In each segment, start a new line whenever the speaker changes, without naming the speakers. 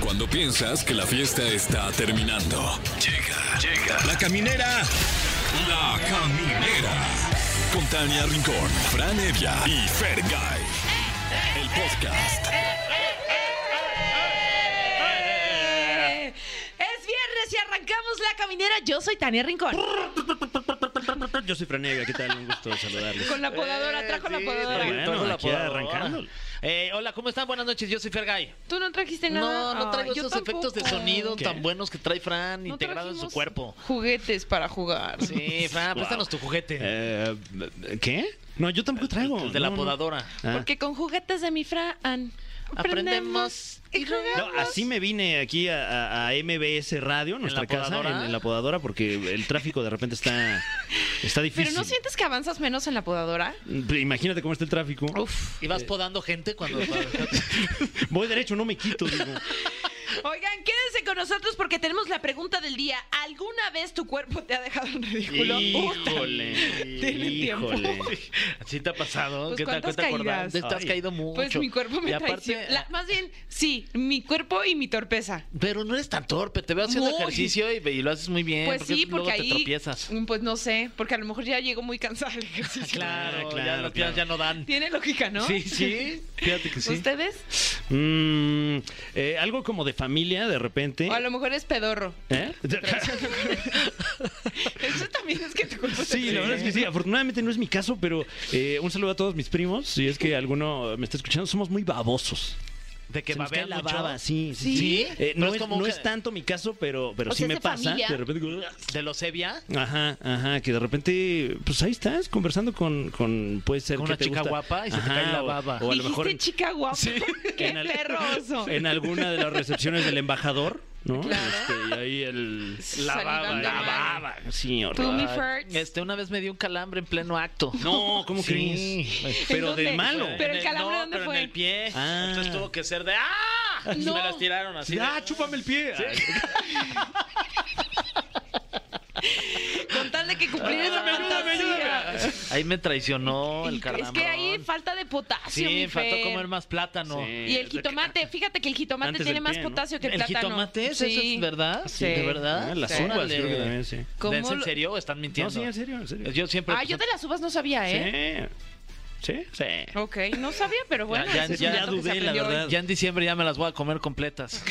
Cuando piensas que la fiesta está terminando. Llega, llega. La caminera. La caminera. Con Tania Rincón, Fran Evia y Fergay. El podcast.
Eh, Es viernes y arrancamos la caminera. Yo soy Tania Rincón.
Yo soy Franega, ¿qué tal? Un gusto saludarles.
Con la
Eh,
podadora, trajo la podadora.
Bueno,
Trajo la
aquí
podadora.
arrancando.
Eh, hola, ¿cómo están? Buenas noches, yo soy Fergay.
Tú no trajiste
No,
nada.
no traigo
Ay, yo
esos efectos de
tampoco.
sonido
¿Qué?
tan buenos que trae Fran
No
integrado en su
trajimos
cuerpo.
Juguetes para jugar.
Sí, Fran, préstanos tu juguete.
Eh, ¿Qué? No, yo tampoco traigo.
el de la
No, no.
podadora.
Ah.
Porque con juguetes de mi Fran aprendemos
Aprendemos
y
y jugamos.
No,
jugamos.
así me vine aquí a, a- a MBS Radio, nuestra
la
casa,
podadora?
en, en la podadora, porque el tráfico de repente está, está difícil.
Pero no sientes que avanzas menos en la podadora?
Imagínate cómo está el tráfico.
Uf.
¿Y
Eh.
vas podando gente cuando...
Voy derecho, no me quito. digo.
Oigan, quédense con nosotros porque tenemos la pregunta del día. ¿Alguna vez tu cuerpo te ha dejado en ridículo?
Híjole.
Tienen tiempo.
Híjole.
¿Así te ha pasado?
Pues,
¿Qué tal?
¿cuántas
¿Qué te acordás?
caídas?
Te has
Ay.
caído mucho.
Pues mi cuerpo me
Y aparte- ah.
traiciona. La- más bien, sí, mi cuerpo y mi torpeza.
Pero no eres tan torpe, te veo haciendo
Muy.
ejercicio y, y lo haces muy bien.
Pues sí,
Eh, luego
porque ahí.
te tropiezas.
mm, Pues no sé, porque a lo mejor ya llego muy cansada del ejercicio.
Claro,
Claro, ya
claro,
las piernas
claro.
ya no dan.
Tiene lógica, ¿no? Pues
Sí, sí. Fíjate que sí.
¿Ustedes?
Mm, eh, algo como de familia, de repente.
O a lo mejor es pedorro.
¿Eh?
Eso también es que tu cuerpo te
Sí, la verdad es que sí. Afortunadamente no es mi caso, pero eh, un saludo a todos mis primos. Si es que alguno me está escuchando, somos muy babosos.
De que
Se nos cae
babean
la
mucho.
baba, sí. sí,
¿Sí?
sí. Eh,
Pero
no
es
es,
como
no
que-
es tanto mi caso, pero, pero
O
sí
sea, es
me
de
pasa.
familia.
De repente.
¿De los Evia?
Ajá, ajá, que de repente, pues ahí estás conversando con, con puede ser
Con
que
una
te
chica
gusta-
guapa y se te
Ajá,
cae la
o-
baba.
O, a lo
Dijiste
mejor en,
chica guapa. Qué
en al-
perroso.
en alguna de las recepciones del embajador, ¿no?
Claro.
Este, y ahí el
Salivando mal.
la baba, señor.
Tú, mi
Ay,
Ferds.
Este, una vez me dio un calambre en pleno acto.
No, ¿cómo
Sí.
crees?
¿En
Pero
dónde?
de malo.
Pero el calambre,
no,
¿dónde
pero
fue?
en el pie.
Ah.
Entonces tuvo que ser de ¡ah!
No.
Me las tiraron así. de-
ah, chúpame el pie.
Con tal de que cumplir
Ah,
esa fantasía.
Ahí me traicionó el
Y
calambre.
Es que ahí falta de potasio,
Sí,
mi
faltó
Fer.
comer más plátano.
Eh,
Y el jitomate, fíjate que el jitomate
Antes
tiene
del
más
pie, ¿no?
potasio que el,
¿El
plátano.
jitomate? ¿Eso
Sí.
es verdad?
Sí.
¿De verdad?
Ah, las
Sí.
uvas,
Órale.
creo que también, sí.
¿Cómo
¿Es en
lo-
serio o están
No,
mintiendo? Pues
sí, en serio, en serio.
Yo siempre...
Ah, yo de las uvas no sabía, ¿eh?
Sí, sí, sí.
Ok, no sabía, pero bueno.
Ya-
eso es
ya-
un
ya
dato que se
dudé, la
aprendió hoy.
verdad.
Ya en diciembre ya me las voy a comer completas.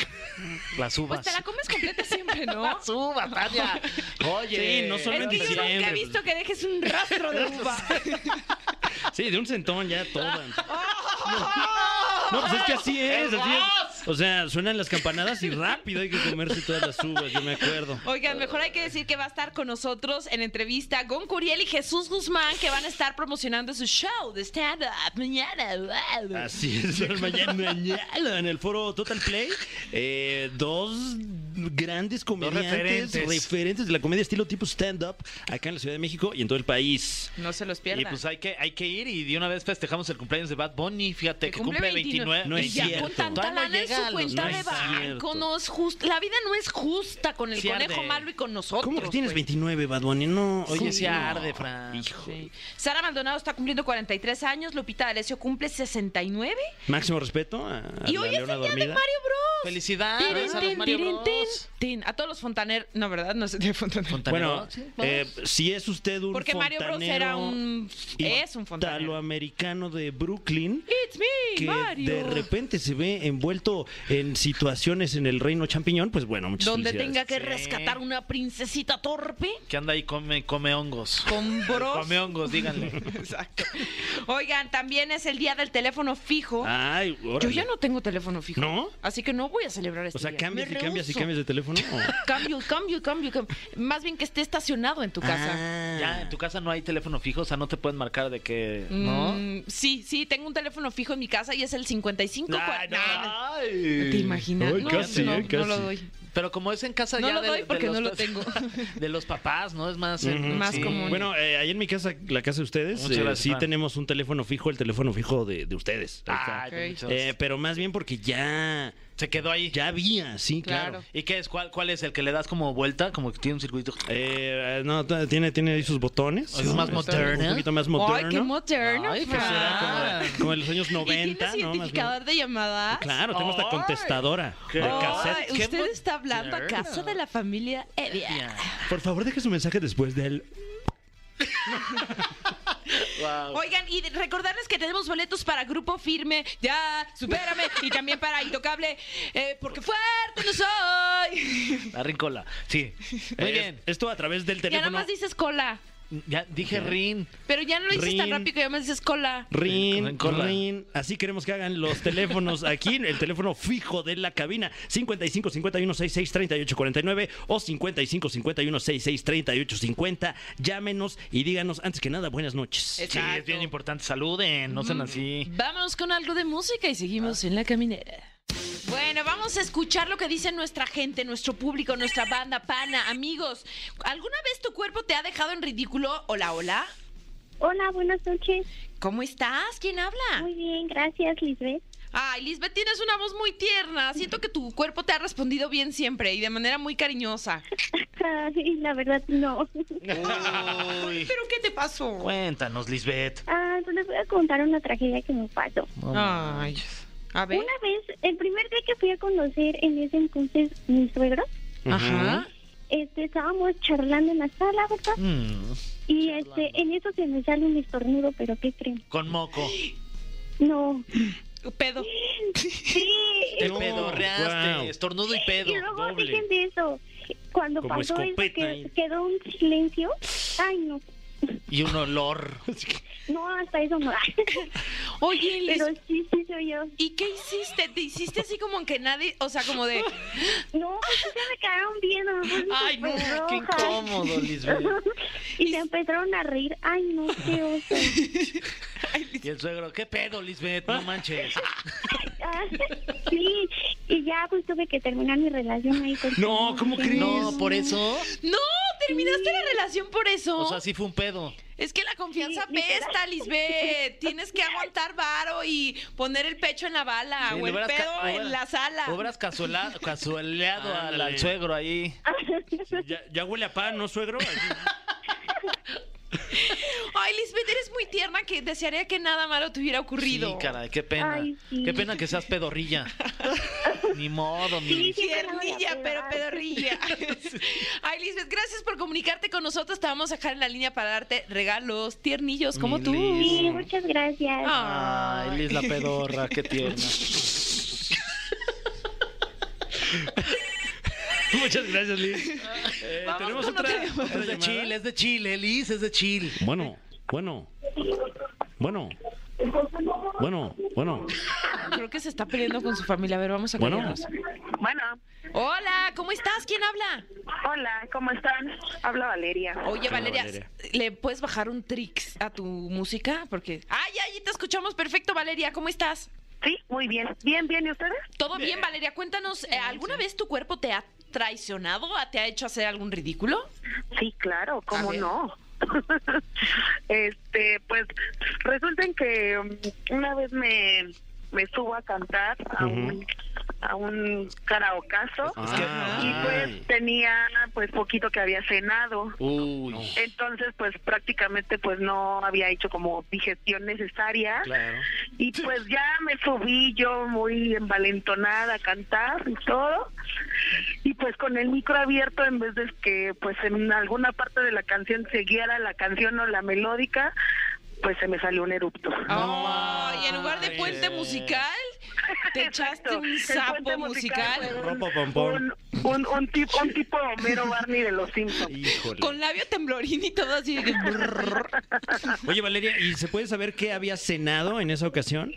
Las uvas.
Pues te la comes completa siempre, ¿no?
Las uvas, Tania. Oye.
Sí, no solo
Es que yo
Siempre,
nunca he
pues.
visto que dejes un rastro de uva.
Sí, de un centón ya toda. No, pues es que así es, así es. O sea, suenan las campanadas y rápido hay que comerse todas las uvas, yo me acuerdo.
Oigan, mejor hay que decir que va a estar con nosotros en entrevista Gon Curiel y Jesús Guzmán, que van a estar promocionando su show de stand-up mañana. Wow.
Así es, mañana, mañana en el foro Total Play, eh, dos grandes comediantes,
referentes.
referentes de la comedia estilo tipo stand-up acá en la Ciudad de México y en todo el país.
No se los
Y
pierdan.
pues hay que, hay que ir y de una vez festejamos el cumpleaños de Bad Bunny. Fíjate
Que
que cumple 29.
No
y
es
ya
cierto.
con tanta
Todavía no
lana en
llega a
su
los-
cuenta
no
de
es
banco,
cierto.
no es justa. La vida no es justa con el
Sí
conejo
arde.
malo y con nosotros.
¿Cómo que tienes
pues.
29, Bad Bunny? No,
¿Cómo
oye,
se
no.
arde, Fran?
Hijo.
Sí. Sara Maldonado está cumpliendo 43 años, Lupita D'Alessio cumple 69
Máximo respeto a, a
y
la
hoy es el
Leona
día de
dormida.
Mario Bros.
Felicidades
Tirin,
a los
tin,
Mario
tirin,
Bros.
tin, tin. A todos los fontaner, no, ¿verdad? No sé de fontaner.
Bueno,
¿Sí?
eh, si es usted un
Porque Mario Bros
fontanero
era un es un fontanero.
italoamericano de Brooklyn
It's me,
que
Mario.
de repente se ve envuelto en situaciones en el reino champiñón, pues bueno, muchas
Donde tenga
felicidades.
que
Sí.
rescatar una princesita torpe
eh, Que anda ahí come, come hongos.
con Bros.
Come hongos, díganle.
Exacto. Oigan, también es el día del teléfono fijo.
Ay,
Yo
Ah, órale.
ya no tengo teléfono fijo.
¿No?
Así que no voy a celebrar este
O sea,
día.
cambias
Me
y cambias y
rehúso.
cambias de teléfono. ¿o?
Cambio, cambio, cambio, cambio. Más bien que esté estacionado en tu casa.
Ah.
Ya, en tu casa no hay teléfono fijo, o sea, no te pueden marcar de que. ¿No?
Mm, sí, sí, tengo un teléfono fijo en mi casa y es el 55.
Ay, no.
¿Te imaginas?
Ay,
no,
casi,
no,
eh,
no
casi.
lo doy.
Pero como es en casa
No
ya
lo
de-
doy
de
porque
los-
no lo tengo.
De los papás, ¿no? Es más, eh,
Ujú.
Más común.
Bueno, eh, ahí en mi casa, la casa de ustedes,
Muchas
eh,
gracias,
sí
Fran.
tenemos un teléfono fijo, el teléfono fijo de, de ustedes. Ahí está.
Ay,
Ok.
muchos.
Eh, pero más bien porque ya
Se quedó ahí.
Ya había, sí, claro.
Claro.
¿Y qué es? ¿Cuál, ¿Cuál es? ¿El que le das como vuelta? Como que tiene un circuito.
Eh, eh, no, t- tiene, tiene ahí sus botones.
Es
¿no?
más
Este,
moderno.
Un poquito más
¡Ay, qué
moderno.
moderno!
Ay, pues
Fran.
era como-
Como en los años 90,
¿Y tienes
¿no? Más
identificador de llamadas?
Claro, tenemos la
¡Ay!
contestadora de
¡Ay!
cassette.
Ay,
Qué
usted
mo-
está hablando a
Claro.
casa de la familia Evia.
Por favor, deje su mensaje después del.
Wow.
Oigan, y recordarles que tenemos boletos para Grupo Firme, ya, supérame, y también para Intocable, eh, porque fuerte no soy.
La rincola. Sí. Muy
Eh,
bien.
Esto a través del
Ya nada
teléfono.
más dices cola,
Ya dije rin.
pero ya no lo dices tan
Rin.
rápido que ya me dices cola.
Rin,
Rincola.
rin. Así queremos que hagan los teléfonos aquí, el teléfono fijo de la cabina, 55 51 66 38 49 o 55 51 66 38 50. Llámenos y díganos, antes que nada, buenas noches.
Sí, es bien importante. Saluden, no sean así.
Vámonos con algo de música y seguimos en la caminera. Bueno, vamos a escuchar lo que dice nuestra gente, nuestro público, nuestra banda pana, amigos. ¿Alguna vez tu cuerpo te ha dejado en ridículo? Hola, hola.
Hola, buenas noches.
¿Cómo estás? ¿Quién habla?
Muy bien, gracias, Lisbeth.
Ay, Lisbeth, tienes una voz muy tierna. Siento que tu cuerpo te ha respondido bien siempre y de manera muy cariñosa.
Ay, la verdad, no.
Uy.
¿Pero qué te pasó?
Cuéntanos, Lisbeth.
Ah, pues les voy a contar una tragedia que me pasó.
Ay, a ver.
Una vez, el primer día que fui a conocer en ese entonces mi suegro,
Ajá.
este, estábamos charlando en la sala, ¿verdad?
Mm.
Y este, en eso se me sale un estornudo, pero ¿qué creen?
Con moco.
No.
Pedo.
Sí.
Te
No,
pedorreaste.
guau.
Estornudo y
Y
pedo.
luego
doble.
dejen de eso. Cuando
Como
pasó eso,
escopeta
que-
ahí.
quedó un silencio. Ay, no.
Y un olor.
No, hasta eso no.
Oye, Lis,
Pero sí, sí, soy yo.
¿y qué hiciste? ¿Te hiciste así como que nadie, o sea, como de...
No, pues sí se me quedaron viendo. me puse
Ay, no,
súper
qué
"Pues roja.
incómodo, Lisbeth.
y se empezaron a reír. Ay, no, qué oso.
Y el suegro, ¿qué pedo, Lisbeth? No manches.
Ah, sí, y ya pues tuve que terminar mi relación ahí con
No, ¿cómo crees?
No, por eso.
No, terminaste la relación por eso.
O sea, sí fue un pedo.
Es que la confianza
Sí, literal.
pesta, Lisbeth. Tienes que aguantar varo y poner el pecho en la bala
Sí,
Ah, o
le
el
hubieras ca-
pedo
hubieras-
en la sala.
Hubieras cazuela- cazueleado al,
Ándale.
al suegro ahí.
Ya, ya huele a pan, ¿no, suegro? Así.
Ay, Lisbeth, eres muy tierna que desearía que nada malo te hubiera ocurrido.
Sí, caray, qué pena.
Ay, sí.
Qué pena que seas pedorrilla. ni modo, mi.
Sí, sí.
Tiernilla,
Siempre
pero
la voy a
pedorrilla. Ay, Lisbeth, gracias por comunicarte con nosotros. Te vamos a dejar en la línea para darte regalos tiernillos como
Mi
tú.
Liz.
Sí, muchas gracias.
Ah, Ay, Liz la pedorra, qué tierna.
Muchas gracias, Liz. Eh,
Vamos
tenemos
con
otra,
otro.
otra
Es de
llamada.
Chile, es de Chile, Liz, es de Chile.
Bueno, bueno. Bueno. Bueno, bueno.
Creo que se está peleando con su familia. A ver, vamos a
Bueno.
callarnos.
Bueno,
Hola, ¿cómo estás? ¿Quién habla?
hola, ¿cómo están? Habla Valeria.
Oye,
Hola,
Valeria,
Valeria.
¿le puedes bajar un tricks a tu música? Porque. ¡Ay, ay! Te escuchamos perfecto, Valeria. ¿Cómo estás?
Sí, muy bien. Bien, bien, ¿y ustedes?
Todo bien, Valeria. Cuéntanos, eh, ¿alguna vez tu cuerpo te ha traicionado? ¿Te ha hecho hacer algún ridículo?
Sí, claro,
A
¿cómo
ver.
no? este, pues resulta en que um, una vez me, me subo a cantar a un, a un karaokazo y
ay.
pues tenía pues poquito que había cenado.
Uy,
Entonces, pues prácticamente pues no había hecho como digestión necesaria.
claro.
Y pues ya me subí yo muy envalentonada a cantar y todo. Y pues con el micro abierto, en vez de que pues en alguna parte de la canción siguiera la canción o la melódica, pues se me salió un erupto.
Oh, y en lugar de
manches.
puente musical, te echaste un sapo musical
Ropo pompón.
Un, un, un tipo, un tipo Homero Barney de los Simpsons.
Híjole.
con labio temblorín y todo así. de que brrr.
Oye, Valeria, ¿y se puede saber qué había cenado en esa ocasión?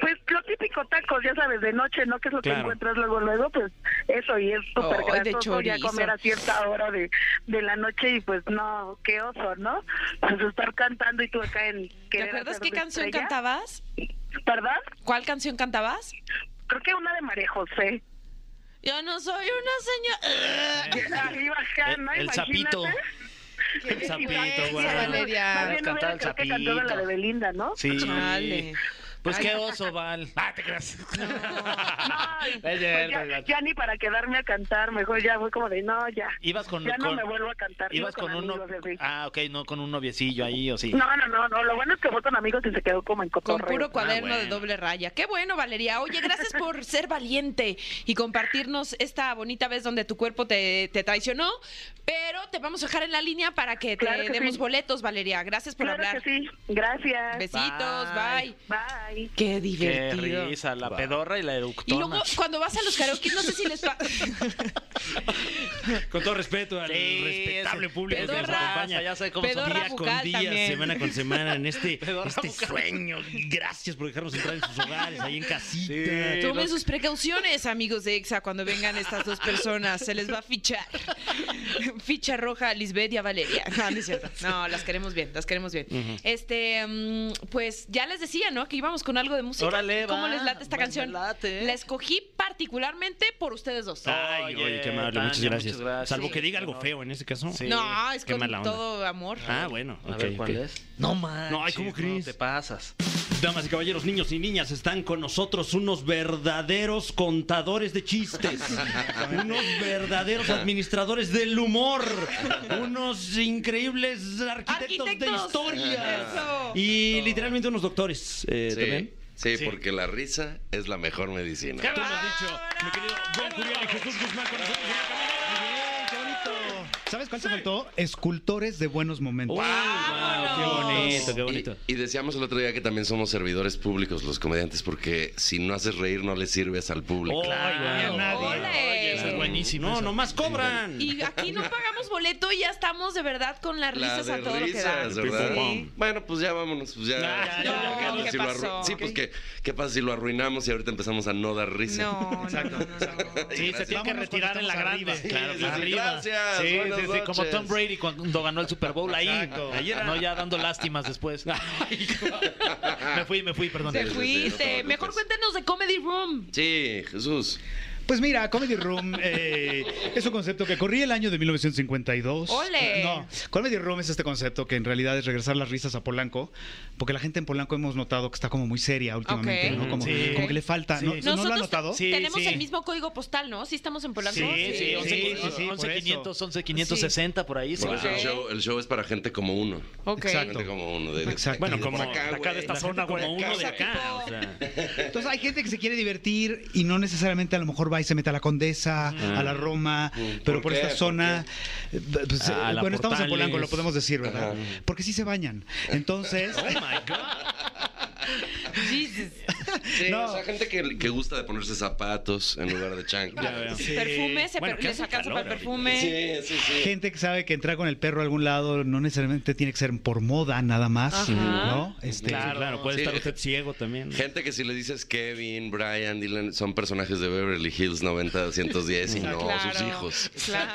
Pues lo típico tacos, ya sabes, de noche, ¿no? Que es lo
Claro.
que encuentras luego, luego, pues eso, y es súper
Ay, de
grasoso ya
chorizo.
comer a cierta hora de, de la noche y pues no, qué oso, ¿no? Pues estar cantando y tú acá en...
¿Te
querer
acuerdas
hacer
qué
de
canción
estrella.
cantabas?
¿Perdón?
¿Cuál canción cantabas?
Creo que una de María José.
Yo no soy una señora.
Arriba acá,
Eh, El-
¿no?
el sapito.
Imagínate.
El sapito,
vergüenza,
güey.
Valeria.
Más bien
Cantar
hubiera
el
creo que cantado
sapito.
la de Belinda, ¿no?
Sí.
Chale.
Pues qué oso, Val. Ah, te creas.
Ay,
Es
pues
cierto,
ya,
es cierto.
ya ni para quedarme a cantar, mejor ya fue como de no, ya.
Ibas con,
ya no
con-
me vuelvo a cantar.
Ibas
iba
con, un no-
amigos, así.
Ah, ok, no con un noviecillo ahí o sí.
No, no, no, no, lo bueno es que fue con amigos y se quedó como en
Con
cotorreo.
puro cuaderno de
Ah, bueno.
doble raya. Qué bueno, Valeria. Oye, gracias por ser valiente y compartirnos esta bonita vez donde tu cuerpo te, te traicionó. Pero te vamos a dejar en la línea para que te
Claro que
demos
sí.
boletos, Valeria. Gracias por
Claro
hablar.
que sí, gracias.
Besitos, bye.
Bye.
Bye.
Qué
Qué
divertido.
risa, la pedorra y la
y
eructona.
luego, cuando vas a los karaoke, no sé si les va.
Con todo respeto al
Sí,
respetable
es-
público que nos
pedorra,
acompaña.
ya sabe cómo son.
pedorra
día
bucal
con día,
también.
semana con semana en este,
Pedorra
este
bucal.
sueño. Gracias por dejarnos entrar en sus hogares, ahí en casita.
Sí.
Tomen
los-
sus precauciones, amigos de EXA, cuando vengan estas dos personas. Se les va a fichar. Ficha roja a Lisbeth y a Valeria. No, no es cierto. No, las queremos bien, las queremos bien. Este, mm, pues ya les decía, ¿no? Que íbamos con algo de música.
Órale,
¿Cómo
va,
les late esta
va, me
canción?
late. Ah,
La escogí particularmente por ustedes dos.
Ay,
Oye,
oye, qué amable, muchas,
Tania,
gracias.
muchas gracias.
Salvo
Sí.
que diga algo
No.
feo en ese caso.
Sí.
no, es
qué
con
mala onda.
todo amor.
Ah, bueno.
A
ok,
ver, ¿cuál
ok.
es? No manches.
No, ay, ¿cómo crees?
te pasas.
Damas y caballeros, niños y niñas, están con nosotros unos verdaderos contadores de chistes, unos verdaderos administradores del humor, unos increíbles arquitectos, de
Arquitectos.
historia
Eso.
y literalmente unos doctores eh,
Sí,
también.
sí,
Sí.
porque la risa es la mejor medicina.
Tú lo has dicho, mi querido Don Julián y Jesús Guzmán con nosotros en la caminera.
¿Sabes cuál se faltó? Escultores de buenos momentos.
Uy, wow, qué bonito, qué bonito.
Y, y decíamos el otro día que también somos servidores públicos los comediantes porque si no haces reír no le sirves al público.
Ay,
Claro.
güey, a nadie.
Ole.
Oye, eso es Ah, buenísimo.
No,
eso.
nomás cobran.
Y aquí no pagamos boleto y ya estamos de verdad con las
La
risas
de
a todo
risas,
lo que
¿verdad?
da. Sí.
Bueno, pues ya vámonos. Pues ya,
Ya, ya, ya,
¿por qué
no,
no?
¿qué
Si lo arru-
pasó?
Sí, pues ¿qué, qué pasa si lo arruinamos y ahorita empezamos a no dar risa.
No, no, no, no, no.
Sí, se tiene que
Vámonos
retirar
cuando
en
estamos
la grande.
arriba.
Claro,
Sí,
claro.
sí, sí,
arriba.
gracias,
Sí,
buenas
sí, sí, como
noches.
Tom Brady cuando ganó el Super Bowl ahí. Ayer no ya dando lástimas después. me fui, me fui, perdón.
Te
sí, sí, no te
fuiste.
preocupes.
Mejor cuéntenos de Comedy Room.
Sí, Jesús.
Pues mira, Comedy Room eh, es un concepto que corría el año de 1952.
¡Ole!
Eh, No, Comedy Room es este concepto que en realidad es regresar las risas a Polanco, porque la gente en Polanco hemos notado que está como muy seria últimamente,
Ok.
¿no? Como,
Sí.
como que le falta.
Sí.
¿no? ¿No lo
Nosotros
han notado?
Sí,
tenemos
sí.
el mismo código postal, ¿no? Sí estamos en Polanco.
Sí, sí,
sí,
11,
sí, sí, sí, por
500, 11, 560 por ahí. sí.
Por eso el, show, el show es para gente como uno.
Ok.
Exacto.
Gente como uno. De, de-
Exacto.
de-
Bueno,
de
como
por acá,
de
güey.
de esta
La gente
zona, güey.
como
uno de
acá.
acá, o sea.
Entonces hay gente que se quiere divertir y no necesariamente a lo mejor va y se mete a la Condesa, a la Roma, pero
¿Por
por,
qué?
esta
¿Por
zona, eh, pues,
A
eh,
la
bueno, estamos en
Portales.
Polanco, lo podemos decir, ¿verdad?
Ajá.
Porque sí se bañan. Entonces,
Jesus.
Sí,
No.
o sea, gente que, que gusta de ponerse zapatos en lugar de chanclas.
Ya veo. Sí.
Perfume, se
Bueno,
per-
que
les
hace
alcanza
calor
para el
ahorita.
perfume.
Sí, sí, sí.
gente que sabe que entrar con el perro a algún lado no necesariamente tiene que ser por moda nada más,
Ajá.
¿no? Este,
Claro, claro, puede
Sí.
estar usted ciego también.
Gente que si le dices Kevin, Brian, Dylan, son personajes de Beverly Hills 90, 210 y no
Claro.
sus hijos.
Claro.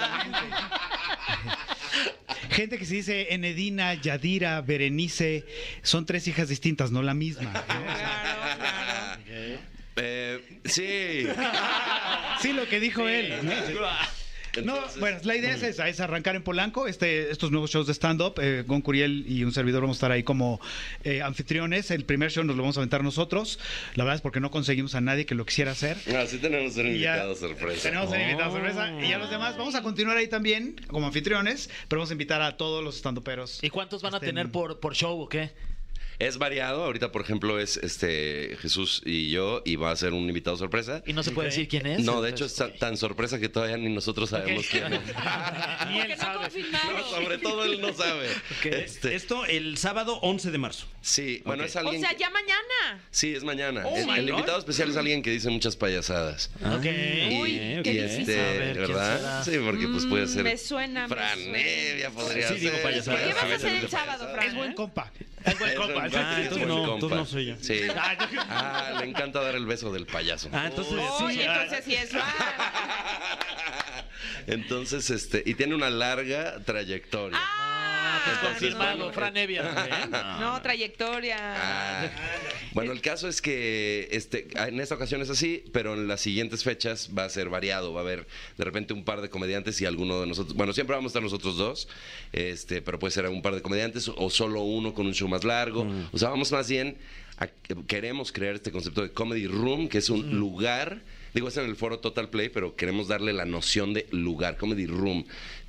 Gente que se dice Enedina, Yadira, Berenice, son tres hijas distintas, no la misma. ¿eh? ¿no?
Claro, claro.
Eh, sí.
Sí, lo que dijo él. ¿no? No,
Entonces,
bueno, la idea es esa, es arrancar en Polanco este, estos nuevos shows de stand-up. eh, Gon Curiel y un servidor vamos a estar ahí como eh, anfitriones. El primer show nos lo vamos a aventar nosotros. La verdad es porque no conseguimos a nadie que lo quisiera hacer.
Así tenemos un
Y ya-
invitado sorpresa.
Tenemos el invitado sorpresa. Y a los demás vamos a continuar ahí también como anfitriones, pero vamos a invitar a todos los stand-uperos.
¿Y cuántos van a
Este,
tener por, por show o qué?
Es variado. Ahorita, por ejemplo, es este Jesús y yo y va a ser un invitado sorpresa.
Y no se puede decir quién es.
No, de hecho es
Entonces,
tan, tan sorpresa que todavía ni nosotros sabemos
Ok.
quién es.
Ni
Porque
él
no
sabe.
confirmado.
No, sobre todo él no sabe. Este,
Esto el sábado 11 de marzo.
sí, bueno, es alguien.
O sea,
que-
ya mañana.
Sí, es mañana.
Oh
el
my
el
God.
invitado especial es alguien que dice muchas payasadas.
Ah, Ok.
Y-
Uy,
y,
qué difícil.
este,
A ver, ¿quién será?
¿verdad? Sí, porque pues puede ser.
Mm, Me suena, me
Fran
suena.
Nevia podría
Sí,
ser.
digo payasadas.
¿Qué vas a
Sí,
hacer el
digo
sábado,
payasadas.
Fran?
Es buen compa.
¿Eh? Es buen
Es
compa,
buen
es buen
compa,
Ah,
es
entonces
buen
no,
compa.
entonces no soy yo.
Sí. Ah, le encanta dar el beso del payaso.
Ah, entonces
Oh,
Oye,
sí.
entonces sí es. Ah.
Entonces, este, y tiene una larga trayectoria.
Es
Ah,
confirmado,
bueno.
Fran Evia.
No, trayectoria.
Ah. Bueno, el caso es que este, en esta ocasión es así, pero en las siguientes fechas va a ser variado. Va a haber de repente un par de comediantes y alguno de nosotros. Bueno, siempre vamos a estar nosotros dos, este, pero puede ser un par de comediantes o solo uno con un show más largo. O sea, vamos más bien a- queremos crear este concepto de comedy room, que es un lugar, digo, es en el foro Total Play, pero queremos darle la noción de lugar, comedy room,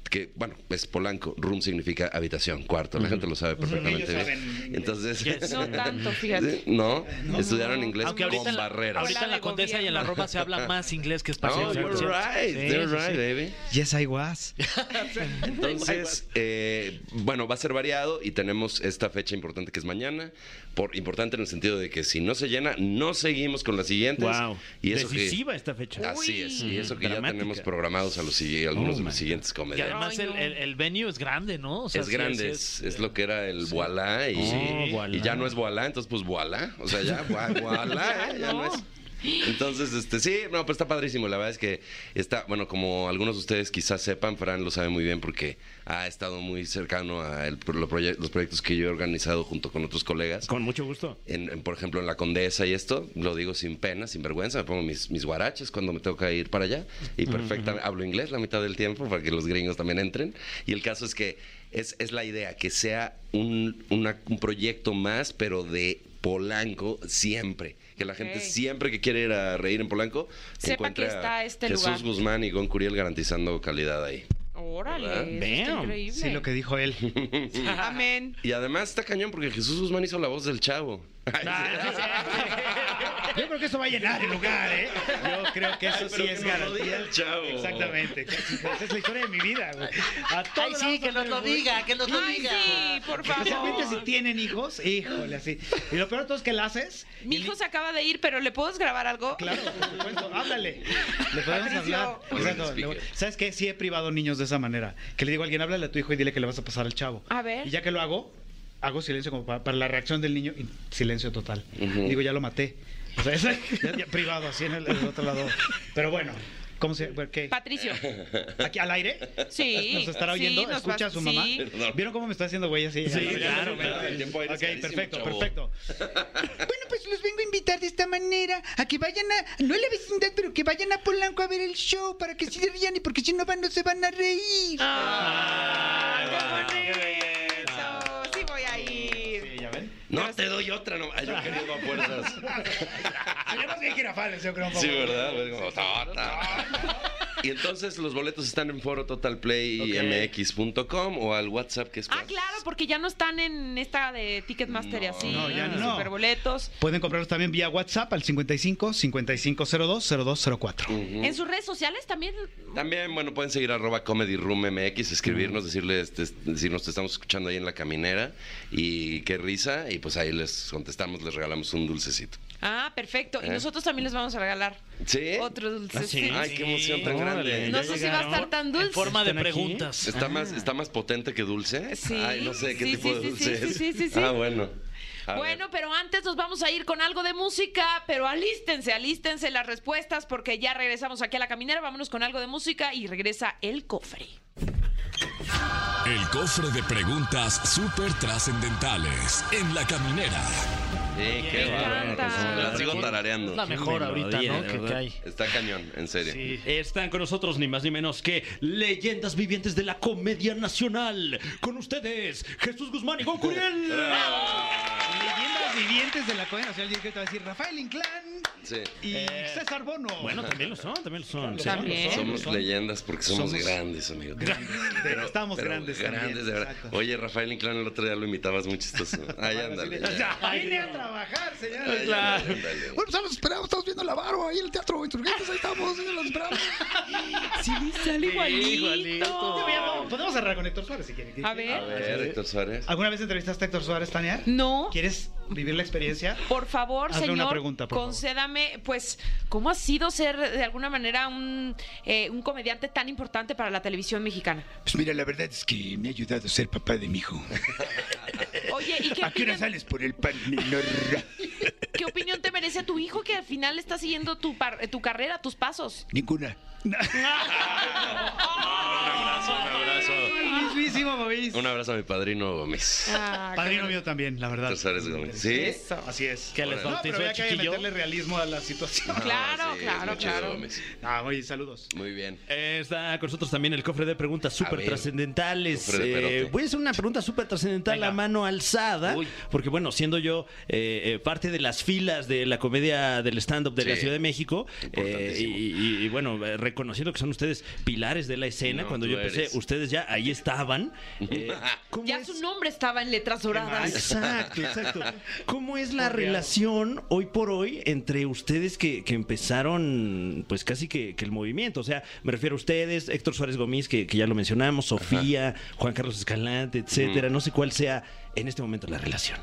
que, bueno, es polanco, room significa habitación, cuarto, la gente lo sabe perfectamente
Ellos
bien.
saben
Entonces,
Yes.
No tanto, fíjate.
no, estudiaron inglés
Aunque ahorita,
con
en la,
barreras.
ahorita en la
Hola de
Condesa y en la Roma se habla más inglés que español.
Oh, you're
Sí,
right,
sí,
you're
sí,
right,
sí.
baby.
Yes, I was.
Entonces, eh, bueno, va a ser variado y tenemos esta fecha importante que es mañana. Por importante en el sentido de que si no se llena, no seguimos con las siguientes.
Wow.
Y eso que-
Decisiva esta fecha.
así es. Y eso que ya
Dramática.
tenemos programados a los sigui- algunos
Oh,
de
my
los siguientes
Y
comediantes.
además
Ay,
el,
no.
el- el venue es grande, ¿no? O sea,
es
sí,
grande,
sí
es, es lo que era el voilà, y,
Oh,
y
voilà.
ya no es voilà, entonces pues voilà, o sea, ya gua- voilà, ¿eh? ya no es. Entonces, este, sí, no, pero está padrísimo, la verdad es que está, bueno, como algunos de ustedes quizás sepan, Fran lo sabe muy bien porque ha estado muy cercano a el- lo proye- los proyectos que yo he organizado junto con otros colegas.
Con mucho gusto.
En- en, por ejemplo, en la Condesa y esto, lo digo sin pena, sin vergüenza, me pongo mis, mis guaraches cuando me toca ir para allá y perfectamente hablo inglés la mitad del tiempo para que los gringos también entren. Y el caso es que es, es la idea, que sea un, una- un proyecto más, pero de Polanco siempre. Que la gente
Ok.
siempre que quiere ir a reír en Polanco
Sepa
encuentre
que está
a
este
Jesús
lugar.
Guzmán y Gon Curiel garantizando calidad ahí. ¿Verdad?
Órale, eso está
Damn.
increíble.
Sí, lo que dijo él.
Amén.
Y además está cañón porque Jesús Guzmán hizo la voz del chavo.
Ah,
Yo creo que eso va a llenar el lugar, ¿eh? Yo creo que eso
Ay, pero
sí
que
es
nos lo
garantía.
diga el chavo.
Exactamente. Esa es la historia de mi vida, güey. A todos le vamos a
Ay, sí, que
hacer
nos lo
el bullying.
diga, que nos lo
Ay,
diga.
sí, por
Especialmente
favor.
si tienen hijos, híjole, así. Y lo peor de todo es que la haces.
Mi hijo se acaba de ir, pero ¿le puedes grabar algo?
Claro, por supuesto, háblale. Le podemos
Patricio.
hablar.
Ponle el
Exacto, le voy-
speaker.
¿Sabes qué? Sí he privado niños de esa manera. Que le digo a alguien, háblale a tu hijo y dile que le vas a pasar al chavo.
A ver.
Y ya que lo hago, hago silencio como para, para la reacción del niño y silencio total.
Ujú.
Digo, ya lo maté. O sea, ese- ya- ya privado, así en el, en el otro lado. Pero bueno, ¿cómo se...? ¿Qué?
Patricio.
¿Aquí al aire?
Sí.
¿Nos estará
sí,
oyendo?
nos va-
¿Escucha a su mamá?
sí.
Perdón.
¿Vieron cómo me está haciendo güey así?
Sí,
Ah,
claro,
claro, el tiempo aire
Ok,
es
perfecto,
carísimo, chavo.
perfecto. Bueno, pues los vengo a invitar de esta manera a que vayan a, no a la vecindad, pero que vayan a Polanco a ver el show para que se rían y porque si no van no se van a reír.
Ah, qué bonito. Sí voy a ir.
ya ven.
No te doy otra, no. Ay, yo queriendo a fuerzas.
Tenemos bien girafales, yo creo. por
Sí,
favor.
¿verdad? Fue como, "Ta, ta". Y entonces los boletos están en foro totalplaymx.com o al WhatsApp que es
Ah, claro, porque ya no están en esta de Ticketmaster y
No,
así.
no, ya
ni
no.
Superboletos.
Pueden comprarlos también vía WhatsApp al 55 5502 0204.
Ujú.
En sus redes sociales también.
También, bueno, pueden seguir arroba comedy room mx, escribirnos, decirles, des- decirnos te estamos escuchando ahí en la caminera y qué risa. Y pues ahí les contestamos, les regalamos un dulcecito.
Ah, perfecto. Y
¿Eh?
nosotros también les vamos a regalar
¿Sí?
otro dulce.
Ah, sí.
sí.
Ay, qué emoción tan
Órale,
grande.
No
ya
sé si va a
llegaron.
estar tan dulce.
En forma de
¿Están aquí?
preguntas.
¿Está, más, ¿Está más potente que dulce?
Ah. Sí,
Ay, no sé qué
sí,
tipo
sí,
de
sí,
dulce
sí,
es.
sí, sí, sí.
Ah, bueno. A ver.
Bueno, pero antes nos vamos a ir con algo de música, pero alístense, alístense las respuestas porque ya regresamos aquí a la caminera, vámonos con algo de música y regresa el cofre.
El cofre de preguntas súper trascendentales en la caminera.
Sí, qué
Me
bárbaro.
encanta.
Como La sigo
Es la
tarareando.
mejor ahorita,
melodía,
¿no?
de
Que, que
verdad.
hay.
Está cañón, en serio.
Sí.
Están con nosotros ni más ni menos que leyendas vivientes de la comedia nacional. Con ustedes, Jesús Guzmán y Gon Curiel.
Leyendas vivientes de la Comedia Nacional, yo creo que te va a decir Rafael Inclán
Sí.
y César Bono.
Bueno, también lo son, también lo son. sí.
También.
Somos leyendas porque somos,
Somos
grandes, amigo.
Pero estamos
Pero
grandes,
grandes,
también,
de verdad.
exacto.
Oye, Rafael Inclán el otro día lo imitabas muy chistoso. Ay, ándale. ya.
Vine a trabajar,
Ay,
señores.
ándale, ándale.
Bueno, pues ahí los esperamos, estamos viendo la Baro ahí en el Teatro Insurgentes, ahí estamos, ahí los esperamos.
Sí, sale
igualito.
Podemos cerrar con Héctor Suárez si quieren.
A
A
ver,
ver, ¿Eh, Héctor Suárez.
¿Alguna vez entrevistaste a Héctor Suárez, Tania?
no.
¿Quieres vivir la experiencia?
Por favor,
Hazle
señor,
una pregunta, por favor.
concédame, pues, ¿cómo ha sido ser de alguna manera un, eh, un comediante tan importante para la televisión mexicana?
Pues mira, la verdad es que me ha ayudado a ser papá de mi hijo.
Oye, ¿y qué
¿A qué hora
opinan?
sales por el pan menor?
¿Qué opinión te merece tu hijo que al final está siguiendo tu, par- eh, tu carrera, tus pasos?
Ninguna.
Un abrazo, un abrazo.
Buenísimo, Movis.
Un abrazo a mi padrino Gómez.
Ah,
Padrino mío también, la verdad.
Tú sabes, Gómez. ¿Sí?
Eso, Así es.
Que les
no,
bautizó
pero había
de
que
chiquillo.
meterle realismo a la situación.
Claro,
Ah, es
claro,
muy chido,
claro.
Gómez.
Ah, oye, saludos.
Muy bien.
Está con nosotros también el cofre de preguntas súper
ver,
trascendentales.
cofre de
Eh,
perote.
voy a hacer una pregunta súper trascendental a mano alzada,
Uy.
porque bueno, siendo yo eh, eh, parte de las filas de la comedia del stand-up de la
Sí.
Ciudad de México, eh, y,
Importantísimo.
y- y, bueno, eh, reconociendo que son ustedes pilares de la escena,
No,
cuando
tú
yo empecé,
eres.
ustedes ya ahí estaban. Eh, ¿cómo
Ya
es?
su nombre estaba en letras doradas.
Exacto, exacto. ¿Cómo es la relación hoy por hoy entre ustedes que, que empezaron, pues casi que, que el movimiento? O sea, me refiero a ustedes, Héctor Suárez Gómez, que, que ya lo mencionamos, Sofía, Juan Carlos Escalante, etcétera. No sé cuál sea en este momento la relación.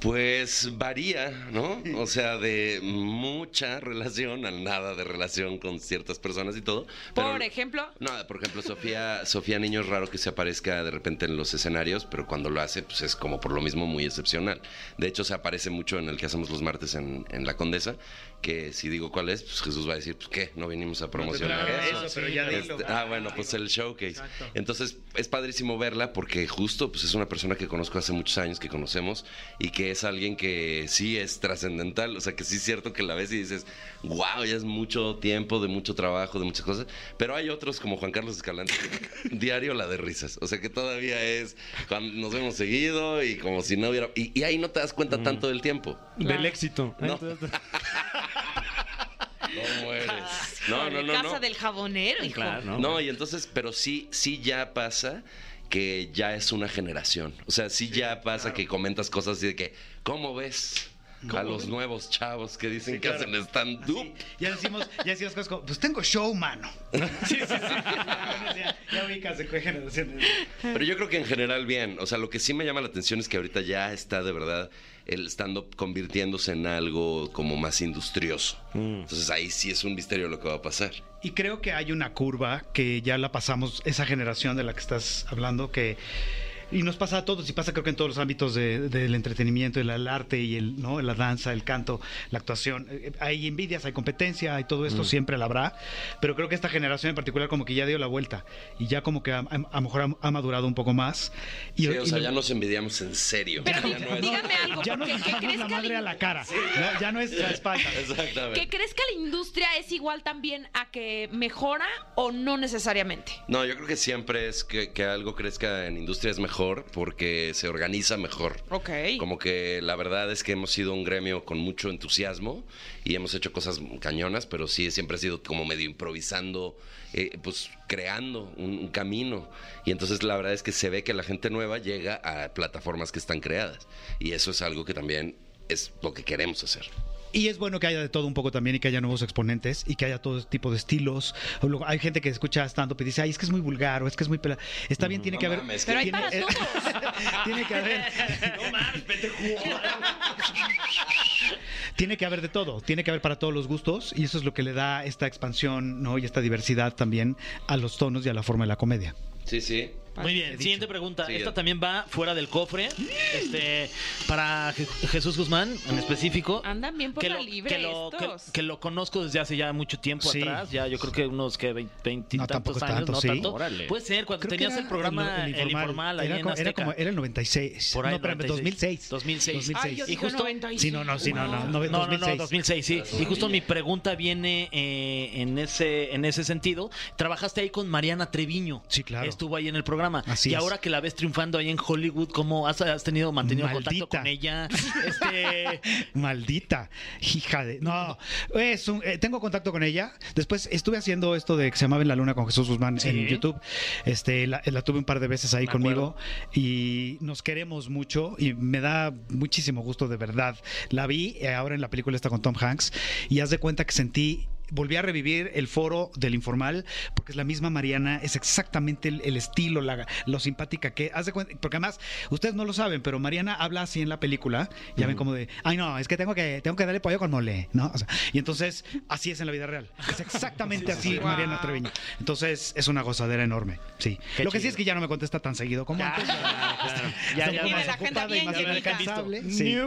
Pues varía, ¿no? O sea, de mucha relación al nada de relación con ciertas personas y todo. pero-
Por ejemplo,
No, por ejemplo, Sofía, Sofía Niño es raro que se aparezca de repente en los escenarios, pero cuando lo hace, pues es como por lo mismo muy excepcional. De hecho, se aparece mucho en el que hacemos los martes en, en La Condesa, que si digo cuál es, pues Jesús va a decir, pues qué, no vinimos a promocionar
tragas
eso.
eso, pero ya
Este,
dilo.
ah, bueno, pues el showcase. Entonces, es padrísimo verla porque justo pues es una persona que conozco hace muchos años, que conocemos y que es alguien que sí es trascendental, o sea, que sí es cierto que la ves y dices, wow, ya es mucho tiempo, de mucho trabajo, de muchas cosas, pero hay otros como Juan Carlos Escalante, que diario la de risas, o sea, que todavía es, Juan, nos vemos seguido y como si no hubiera, y, y ahí no te das cuenta tanto del tiempo.
Del éxito.
No. No mueres.
Ah,
No, no, no.
Ah, casa
no.
del jabonero, hijo.
Claro, Ah, ¿no?
No, y entonces, pero sí, sí ya pasa que ya es una generación. O sea, sí, ya pasa que comentas cosas así de que, ¿cómo ves? a los nuevos chavos que dicen que
claro.
hacen stand-up.
Ya decimos, ya decíamos cosas como, pues tengo show, mano. sí, sí, sí. ya, ya ubicas de qué generación es.
Pero yo creo que en general bien. O sea, lo que sí me llama la atención es que ahorita ya está de verdad el stand-up convirtiéndose en algo como más industrioso. Entonces ahí sí es un misterio lo que va a pasar.
Y creo que hay una curva que ya la pasamos, esa generación de la que estás hablando, que... Y nos pasa a todos, y pasa creo que en todos los ámbitos de- del entretenimiento, el, el arte y el, ¿no? la danza, el canto, la actuación. Eh, Hay envidias, hay competencia, hay todo
Mm.
esto, siempre la habrá. Pero creo que esta generación en particular como que ya dio la vuelta y ya como que a, a- a lo mejor ha, ha madurado un poco más. Y,
Sí, o
y
sea,
no-
ya nos envidiamos en serio.
Pero
Ya no es-
dígame algo,
ya nos
porque que
damos
crezca
la madre
la-
a la cara. Ya, ya no es la espalda.
Exactamente.
¿Que crezca la industria es igual también a que mejora o no necesariamente?
No, yo creo que siempre es que, que algo crezca en industria es mejor porque se organiza mejor.
Ok.
Como que la verdad es que hemos sido un gremio con mucho entusiasmo y hemos hecho cosas cañonas, pero sí siempre ha sido como medio improvisando, eh, pues creando un, un camino. Y entonces la verdad es que se ve que la gente nueva llega a plataformas que están creadas. Y eso es algo que también es lo que queremos hacer.
Y es bueno que haya de todo un poco también y que haya nuevos exponentes y que haya todo este tipo de estilos. O luego Hay gente que escucha stand-up y dice, ay, es que es muy vulgar o es que es muy... pela-". Está
Mm,
bien, tiene
No
que haber...
mames,
Pero hay
tiene,
para todos.
tiene que haber... tiene que haber de todo, tiene que haber para todos los gustos y eso es lo que le da esta expansión ¿no? y esta diversidad también a los tonos y a la forma de la comedia.
Sí, sí.
Muy bien, siguiente pregunta.
Siguiente.
Esta también va fuera del cofre. Este, para Je- Jesús Guzmán, en específico.
Andan bien por
que
la
lo-
libre
que lo, que-
estos.
que lo conozco desde hace ya mucho tiempo
Sí.
atrás. Ya yo creo que unos que
No,
veintitantos
tampoco
años,
tanto,
no
sí.
tanto.
Órale.
Puede ser, cuando
Creo que
tenías
era
el programa El, Informal ahí
era,
en
como, era
Azteca.
como- era el 96.
Por ahí,
no, espérame, 2006.
2006.
Ay, yo
Y
digo
justo-
96.
Sí, no, no, Ah, sí, no, no. no,
No, no, no,
2006.
2006, sí. Y justo mi pregunta viene eh, en ese en ese sentido. Trabajaste ahí con Mariana Treviño.
Sí, claro.
Estuvo ahí en el programa.
Así
y
es.
ahora que la ves triunfando ahí en Hollywood, ¿cómo has, has tenido mantenido contacto
Maldita.
con ella? Este,
Maldita, hija de. No, es un- eh, tengo contacto con ella. Después estuve haciendo esto de que se llamaba En la Luna con Jesús Guzmán
Sí.
en YouTube. Este, la, la tuve un par de veces ahí
Me
conmigo y nos queremos mucho y me da muchísimo gusto de verdad. La vi eh, ahora en la película está con Tom Hanks y haz de cuenta que sentí volví a revivir el foro del informal, porque es la misma Mariana, es exactamente el, el estilo, la, lo simpática que hace cuenta, porque además, ustedes no lo saben, pero Mariana habla así en la película, ya ven como de, ay no, es que tengo que, tengo que darle pollo con mole, ¿no? O sea, y entonces, así es en la vida real, es exactamente así Mariana Treviño. Entonces, es una gozadera enorme, sí.
Qué
lo que sí
chido.
es que ya no me contesta tan seguido como antes.
Ya,
Está
ya,
un poco
ya.
más
la agenda
ocupada y
bien
más
llenita.
inalcanzable, sí.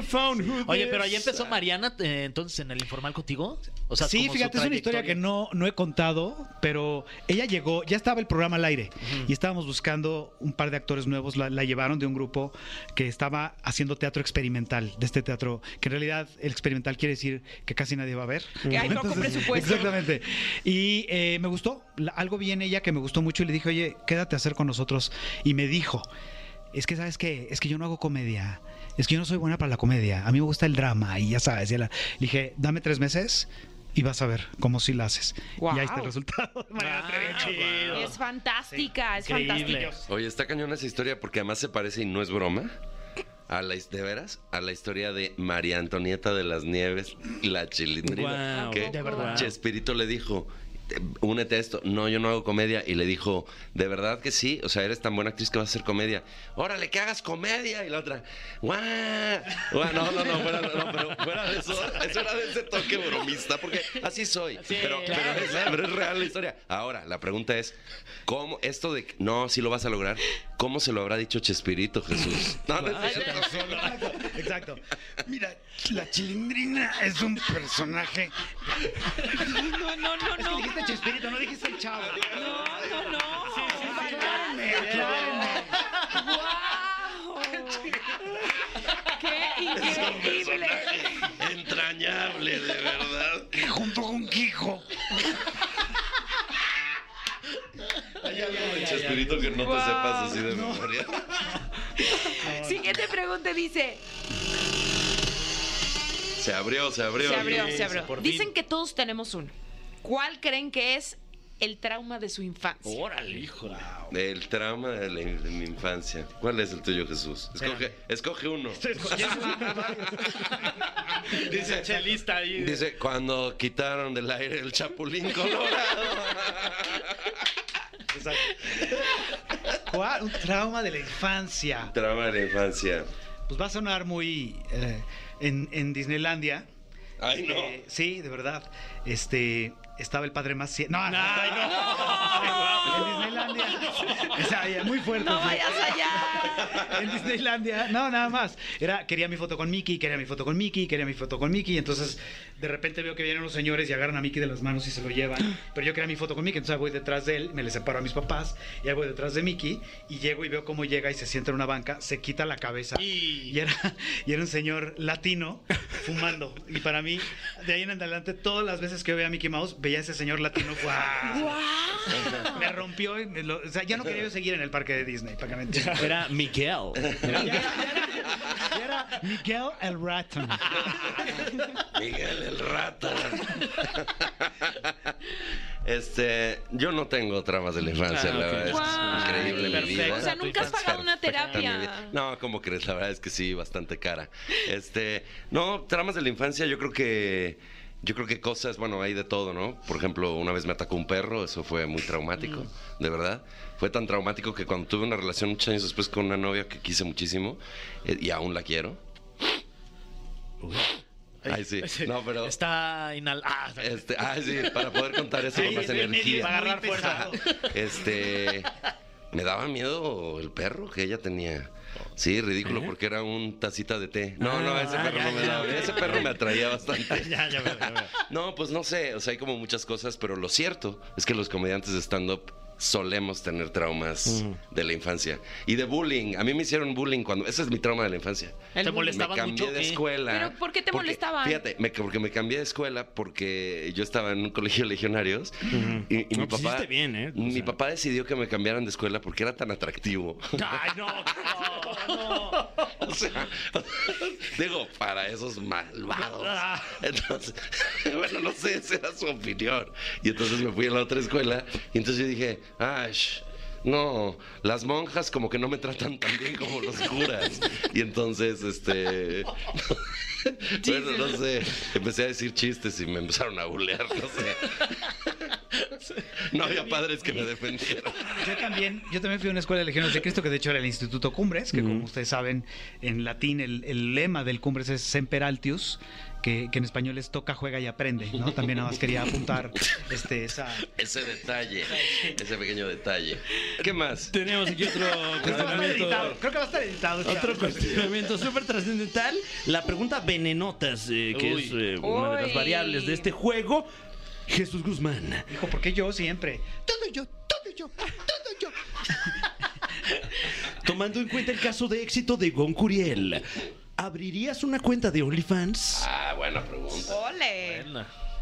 Oye, pero ahí empezó Mariana eh, entonces en el informal contigo. O sea,
sí,
como su
fíjate, es una historia que no,
trayectoria.
no he contado, pero ella llegó, ya estaba el programa al aire y estábamos buscando un par de actores nuevos, la, la llevaron de un grupo que estaba haciendo teatro experimental, de este teatro, que en realidad el experimental quiere decir que casi nadie va a ver.
Que hay poco
Entonces,
Pues,
presupuesto.
Exactamente. Y eh, me gustó, la- algo bien ella que me gustó mucho y le dije, oye, quédate a hacer con nosotros. Y me dijo, es que, ¿sabes qué? Es que yo no hago comedia. Es que yo no soy buena para la comedia. A mí me gusta el drama y ya sabes. y la- Le dije, dame tres meses y vas a ver cómo si la haces.
Guau.
Y ahí está el resultado. Mariana Treviño.
Es fantástica, es fantástica.
Oye, está cañón esa historia porque además se parece y no es broma. A la, his- de veras, a la historia de María Antonieta de las Nieves, la chilindrina.
Guau,
que
de verdad.
Chespirito le dijo, "Te- únete a esto. No, yo no hago comedia. Y le dijo, de verdad que sí. O sea, eres tan buena actriz que vas a hacer comedia. Órale, que hagas comedia. Y la otra, guau. Guau, No, no, no, fuera, no, pero fuera de eso. Eso era de ese toque bromista porque así soy. pero, pero es, pero es real la historia. Ahora, la pregunta es, ¿cómo esto de... que- No, si lo vas a lograr. ¿Cómo se lo habrá dicho Chespirito, Jesús? No, no es cierto.
Exacto. Mira, la chilindrina es un personaje.
No, no, no,
Es que
no.
dijiste Chespirito, no dijiste el chavo.
No, no, no.
Aclárame, aclárame.
¡Guau! ¡Qué
Es un
increíble!
personaje entrañable, de verdad.
que junto con Quijo.
Hay algo de Chespirito que no te
Guau.
sepas así de memoria.
Siguiente pregunta dice,
Se abrió, se abrió.
se abrió,
Sí,
se abrió.
por fin.
Dicen que todos tenemos uno. ¿Cuál creen que es el trauma de su infancia?
Órale, hijo.
El trauma de, la- de mi infancia. ¿Cuál es el tuyo, Jesús? Escoge, escoge uno. dice,
Chelista ahí.
dice, cuando quitaron del aire el chapulín colorado.
¿Cuál? Un trauma de la infancia.
trauma de la infancia.
Pues va a sonar muy eh, en, en Disneylandia.
Ay, no.
Eh, sí, de verdad. Este estaba el padre más cie- No, no, En Disneylandia. O sea, ya, muy fuerte.
¡No
sí.
vayas allá!
En Disneylandia, no, nada más. Era, quería mi foto con Mickey, quería mi foto con Mickey, quería mi foto con Mickey. Entonces, de repente veo que vienen unos señores y agarran a Mickey de las manos y se lo llevan. Pero yo quería mi foto con Mickey, entonces ahí voy detrás de él, me le separo a mis papás, y ahí voy detrás de Mickey, y llego y veo cómo llega y se sienta en una banca, se quita la cabeza. Y era, y era un señor latino fumando. Y para mí, de ahí en adelante, todas las veces que yo veía a Mickey Mouse, veía a ese señor latino. ¡guau!
¡Guau!
Me rompió y me lo- o sea, ya no quería yo seguir en el parque de Disney, para que me entiendan.
Era Miguel.
Y era, y era- y era Miguel el Ratón.
Miguel el rata. Este, yo no tengo traumas de la infancia,
Ah,
la
ok.
verdad es que
Guau.
es increíble mi
Perfecto.
vida.
O sea, nunca has pagado una
Perfecta
terapia.
mi vida. No, ¿cómo crees? La verdad es que sí, bastante cara. Este, no, traumas de la infancia, yo creo que yo creo que cosas, bueno, hay de todo, ¿no? Por ejemplo, una vez me atacó un perro, eso fue muy traumático,
Mm.
de verdad. Fue tan traumático que cuando tuve una relación muchos años después con una novia que quise muchísimo eh, y aún la quiero. Ay, sí. No, pero
Está inal... Ah,
este, ah, sí, para poder contar eso con más
Para
energía.
agarrar fuerza.
Este, me daba miedo el perro que ella tenía. Sí, ridículo, porque era un tacita de té. No, no, ese
¿Eh? Ah,
perro
ya,
no me
ya,
daba.
ok.
Ese perro me atraía bastante.
ya, ya veo, ya veo.
No, pues no sé, o sea, hay como muchas cosas, pero lo cierto es que los comediantes de stand-up solemos tener traumas
Mm.
de la infancia. Y de bullying. A mí me hicieron bullying cuando... Ese es mi trauma de la infancia.
¿Te
Me
molestaban
cambié
mucho?
de
¿Qué?
escuela.
¿Pero por qué te
Porque,
molestaban?
Fíjate, me- porque me cambié de escuela porque yo estaba en un colegio de legionarios y, y
No,
mi
pues,
papá.
hiciste bien, ¿eh? O
Mi
sea.
papá decidió que me cambiaran de escuela porque era tan atractivo.
Ay, no.
o sea, digo, para esos malvados. Entonces, bueno, no sé, esa era su opinión. Y entonces me fui a la otra escuela y entonces yo dije, ay, no, las monjas como que no me tratan tan bien como los curas. Y entonces, este... bueno, no sé. Empecé a decir chistes y me empezaron a bulear, no sé. No había padres que me defendieran.
Yo también, yo también fui a una escuela de legiones de Cristo, que de hecho era el Instituto Cumbres, que como ustedes saben, en latín el, el lema del Cumbres es Semper Altius, que, que en español es toca, juega y aprende, ¿no? También nada más quería apuntar este, esa...
Ese detalle, ese pequeño detalle. ¿Qué más?
Tenemos aquí otro
Creo que va a estar
cuestionamiento.
editado, creo que va a estar editado. este
Otro
audio.
cuestionamiento súper trascendental. La pregunta venenotas, eh, que
Uy.
es eh, una de las
Uy.
variables de este juego. Jesús Guzmán.
Hijo, ¿por qué yo siempre?
Todo yo, todo yo, todo yo.
Tomando en cuenta el caso de éxito de Gon Curiel, ¿abrirías una cuenta de OnlyFans?
Ah, buena pregunta.
¡Ole!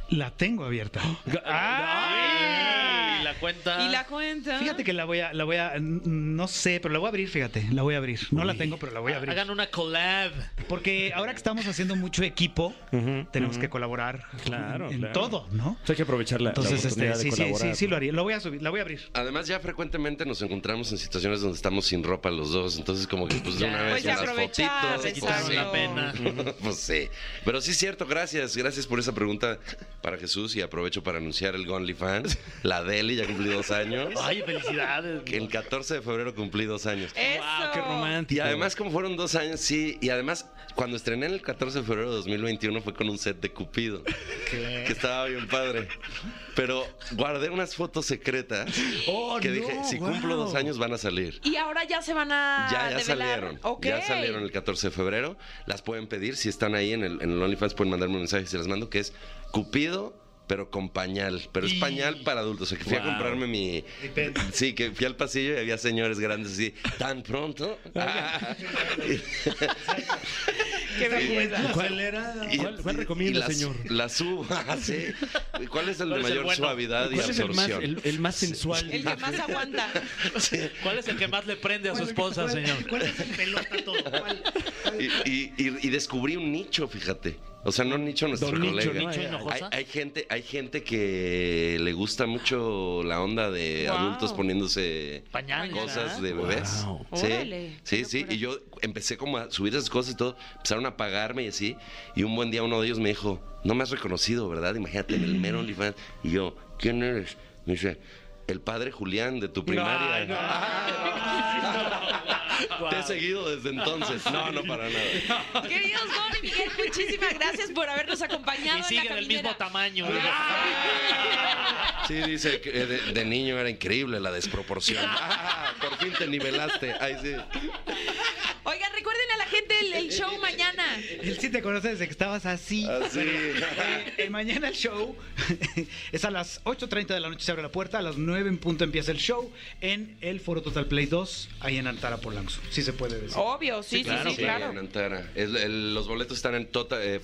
La tengo abierta. Ah,
Ay, la cuenta.
¿Y la cuenta?
Fíjate que la voy a, la voy a, no sé, pero la voy a abrir, fíjate, la voy a abrir. No la tengo, pero la voy a abrir.
Hagan una collab.
Porque ahora que estamos haciendo mucho equipo,
Ujú,
tenemos
ujú.
que colaborar
Claro,
en
claro.
todo, ¿no?
hay que aprovechar la,
Entonces, este, sí, sí, sí, sí lo haría. Lo voy a subir, la voy a abrir.
Además, ya frecuentemente nos encontramos en situaciones donde estamos sin ropa los dos. Entonces, como que pues de una
Pues
vez
ya
unas
aprovechar,
fotitos.
se
pues,
quitaron
sí.
la pena.
pues sí. Pero sí es cierto, gracias. Gracias por esa pregunta para Jesús y aprovecho para anunciar el Gonly Fans. La Deli ya cumplí dos años.
Ay, felicidades.
El 14 de febrero cumplí dos años.
¡Eso!
Qué romántico.
Y además, como fueron dos años, sí. Y además, cuando estrené el 14 de febrero de 2021 fue con un set de Cupido. Que estaba bien padre. Pero guardé unas fotos secretas
Oh,
que
no,
dije, si
guau.
cumplo dos años van a salir.
Y ahora ya se van a
Ya, ya
develar.
salieron.
Ok.
Ya salieron el 14 de febrero. Las pueden pedir. Si están ahí en el, en el OnlyFans, pueden mandarme un mensaje y se las mando, que es Cupido, pero con pañal. Pero es pañal para adultos. O sea, que fui a
Wow.
comprarme mi. Sí, que fui al pasillo y había señores grandes así. ¿Tan pronto? Ah.
Qué belleza.
Y-
¿Cuál, cuál
y-
recomienda,
y las-
señor?
Las subo. Ah, sí. ¿Cuál es el
¿Cuál
de
es el
mayor
bueno?
suavidad y
¿Cuál es el más,
absorción?
el, el más sensual?
El que más aguanta.
¿Cuál es el que más le prende a su esposa, señor?
¿Cuál es el pelota todo? ¿Cuál?
Y, y- y- y descubrí un nicho, fíjate. O sea, no un nicho nuestro
Don Nicho,
colega.
¿no?
Nicho
Ay, ay.
Hinojosa.
Hay, hay gente, hay gente que le gusta mucho la onda de
Wow.
adultos poniéndose
Pañal.
cosas de bebés.
Wow.
Sí,
Órale,
sí,
qué
sí.
locura.
Y yo empecé como a subir esas cosas y todo, empezaron a pagarme y así. Y un buen día uno de ellos me dijo, no me has reconocido, ¿verdad? Imagínate, en el mero OnlyFans. Y yo, ¿quién eres? Me dice, el padre Julián de tu primaria.
Ay, no.
Te he seguido desde entonces. No, no para nada.
Queridos Don y Miguel, muchísimas gracias por habernos acompañado.
Y
en la
siguen del
caminera.
mismo tamaño.
Sí, dice que de, de niño era increíble la desproporción. Ah, por fin te nivelaste. Ay, sí.
Oigan, recuerden a la gente el, el show mañana.
Él sí te conoce desde que estabas así.
Así.
Eh, eh, mañana el show es a las 8.30 de la noche se abre la puerta, a las 9 en punto empieza el show en el Foro Total Play 2, ahí en Antara Polanco. Sí se puede decir.
Obvio, sí, sí, sí,
en
claro.
Antara. Es- el- los boletos están en tota- eh,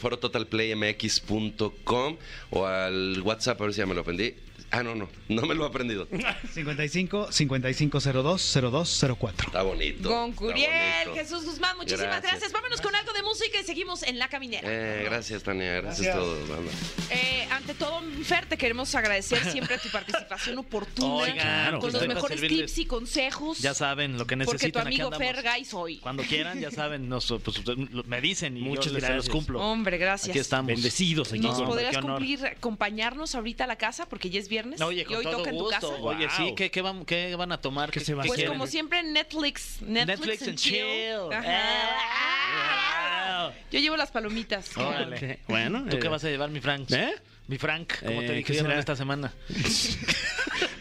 forototalplaymx.com o al WhatsApp, a ver si ya me lo aprendí. Ah, no, no, no me lo he aprendido.
55 5502 0204.
Está bonito.
Con
está
Curiel,
bonito.
Jesús Guzmán, muchísimas gracias.
Gracias.
Vámonos con algo de música y seguimos en la caminera.
Eh, gracias, Tania. Gracias, a todos. banda.
Eh, ante todo, Fer, te queremos agradecer siempre tu participación oportuna
Oigan, pues,
claro,
con
estoy
los
para
mejores
servirles.
tips y consejos.
Ya saben lo que
Porque tu
necesitan. aquí
amigo
andamos.
Fer Guy soy.
Cuando quieran, ya saben, nos, pues, lo- me dicen y
Muchas
yo les- se
gracias.
los cumplo.
Hombre, gracias.
Aquí estamos.
Bendecidos aquí.
¿Nos
No,
podrías
qué honor.
cumplir acompañarnos ahorita a la casa? Porque ya es viernes.
No, Oye,
y
con
hoy
todo
toca en tu
gusto.
casa.
Wow.
Oye, sí, ¿qué, qué, van, ¿qué van a tomar?
¿Qué se van a
Pues
quieren?
como siempre, Netflix. Netflix,
Netflix
and
and
chill.
chill.
Ajá.
Wow.
Yo llevo las palomitas.
Órale.
Ok, Bueno,
¿Tú qué
eh,
vas a llevar, mi Frank?
¿Eh?
Mi Frank, como
Eh,
te
¿qué
dijeron
será?
esta semana.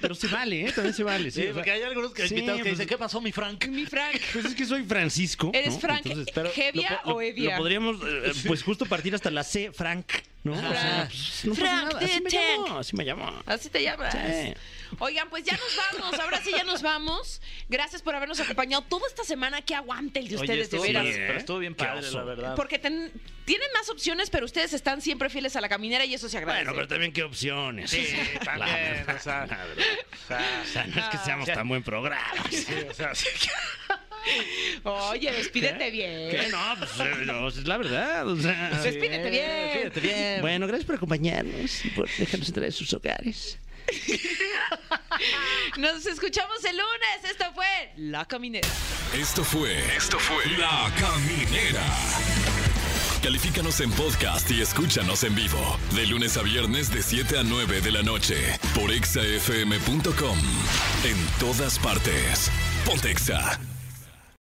Pero se vale, ¿eh? También se vale.
Sí,
o sea,
porque hay algunos que
sí,
invitados que
pues-
dicen, ¿qué pasó, mi Frank?
Mi Frank.
Pues es que soy Francisco.
¿Eres
¿no?
Frank
pero
Hevia
po-
o Hevia?
Lo podríamos, eh, eh, pues justo partir hasta la C, Frank, ¿no? O sea, pues, no pasa
Frank
nada,
the
así me
Tank.
llamo, así me llamo.
Así te llamas.
Sí.
Oigan, pues ya nos vamos. Ahora sí ya nos vamos. Gracias por habernos acompañado toda esta semana. Que aguante el de
Oye,
ustedes, de
estuvo,
veras.
bien,
¿eh?
pero estuvo bien
Qué
padre,
oso.
la verdad.
Porque ten- tienen más opciones, pero ustedes están siempre fieles a la caminera y eso se agradece.
Bueno, pero también qué opciones.
Sí,
La
también,
verdad,
o sea,
la verdad. O sea, no es que seamos tan buen programa.
Oye, despídete bien.
¿Qué? No, pues, eh, no, es la verdad. o sea.
Despídete bien.
Fíjate bien.
Bueno, gracias por acompañarnos y por dejarnos entrar en sus hogares.
Nos escuchamos el lunes. Esto fue La Caminera.
Esto fue. Esto fue. La Caminera. Califícanos en podcast y escúchanos en vivo. De lunes a viernes de 7 a 9 de la noche. Por exafm.com. En todas partes. Pontexa.